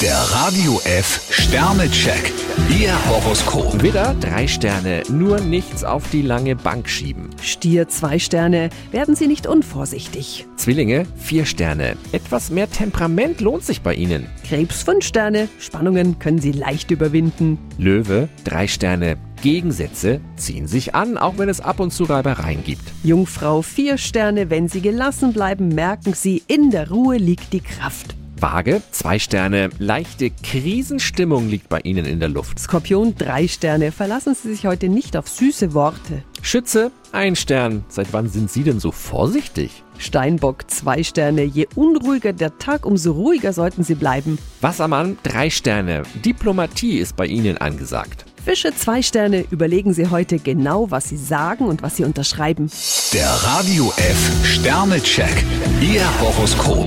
Der Radio F Sternecheck. Ihr Horoskop. Widder, drei Sterne, nur nichts auf die lange Bank schieben. Stier zwei Sterne, werden Sie nicht unvorsichtig. Zwillinge, vier Sterne, etwas mehr Temperament lohnt sich bei Ihnen. Krebs fünf Sterne, Spannungen können Sie leicht überwinden. Löwe, drei Sterne, Gegensätze ziehen sich an, auch wenn es ab und zu Reibereien gibt. Jungfrau vier Sterne, wenn Sie gelassen bleiben, merken Sie, in der Ruhe liegt die Kraft. Waage, zwei Sterne, leichte Krisenstimmung liegt bei Ihnen in der Luft. Skorpion drei Sterne, verlassen Sie sich heute nicht auf süße Worte. Schütze, ein Stern, seit wann sind Sie denn so vorsichtig? Steinbock zwei Sterne, je unruhiger der Tag, umso ruhiger sollten Sie bleiben. Wassermann, drei Sterne, Diplomatie ist bei Ihnen angesagt. Fische zwei Sterne, überlegen Sie heute genau, was Sie sagen und was Sie unterschreiben. Der Radio F Sternecheck. Ihr Horoskop.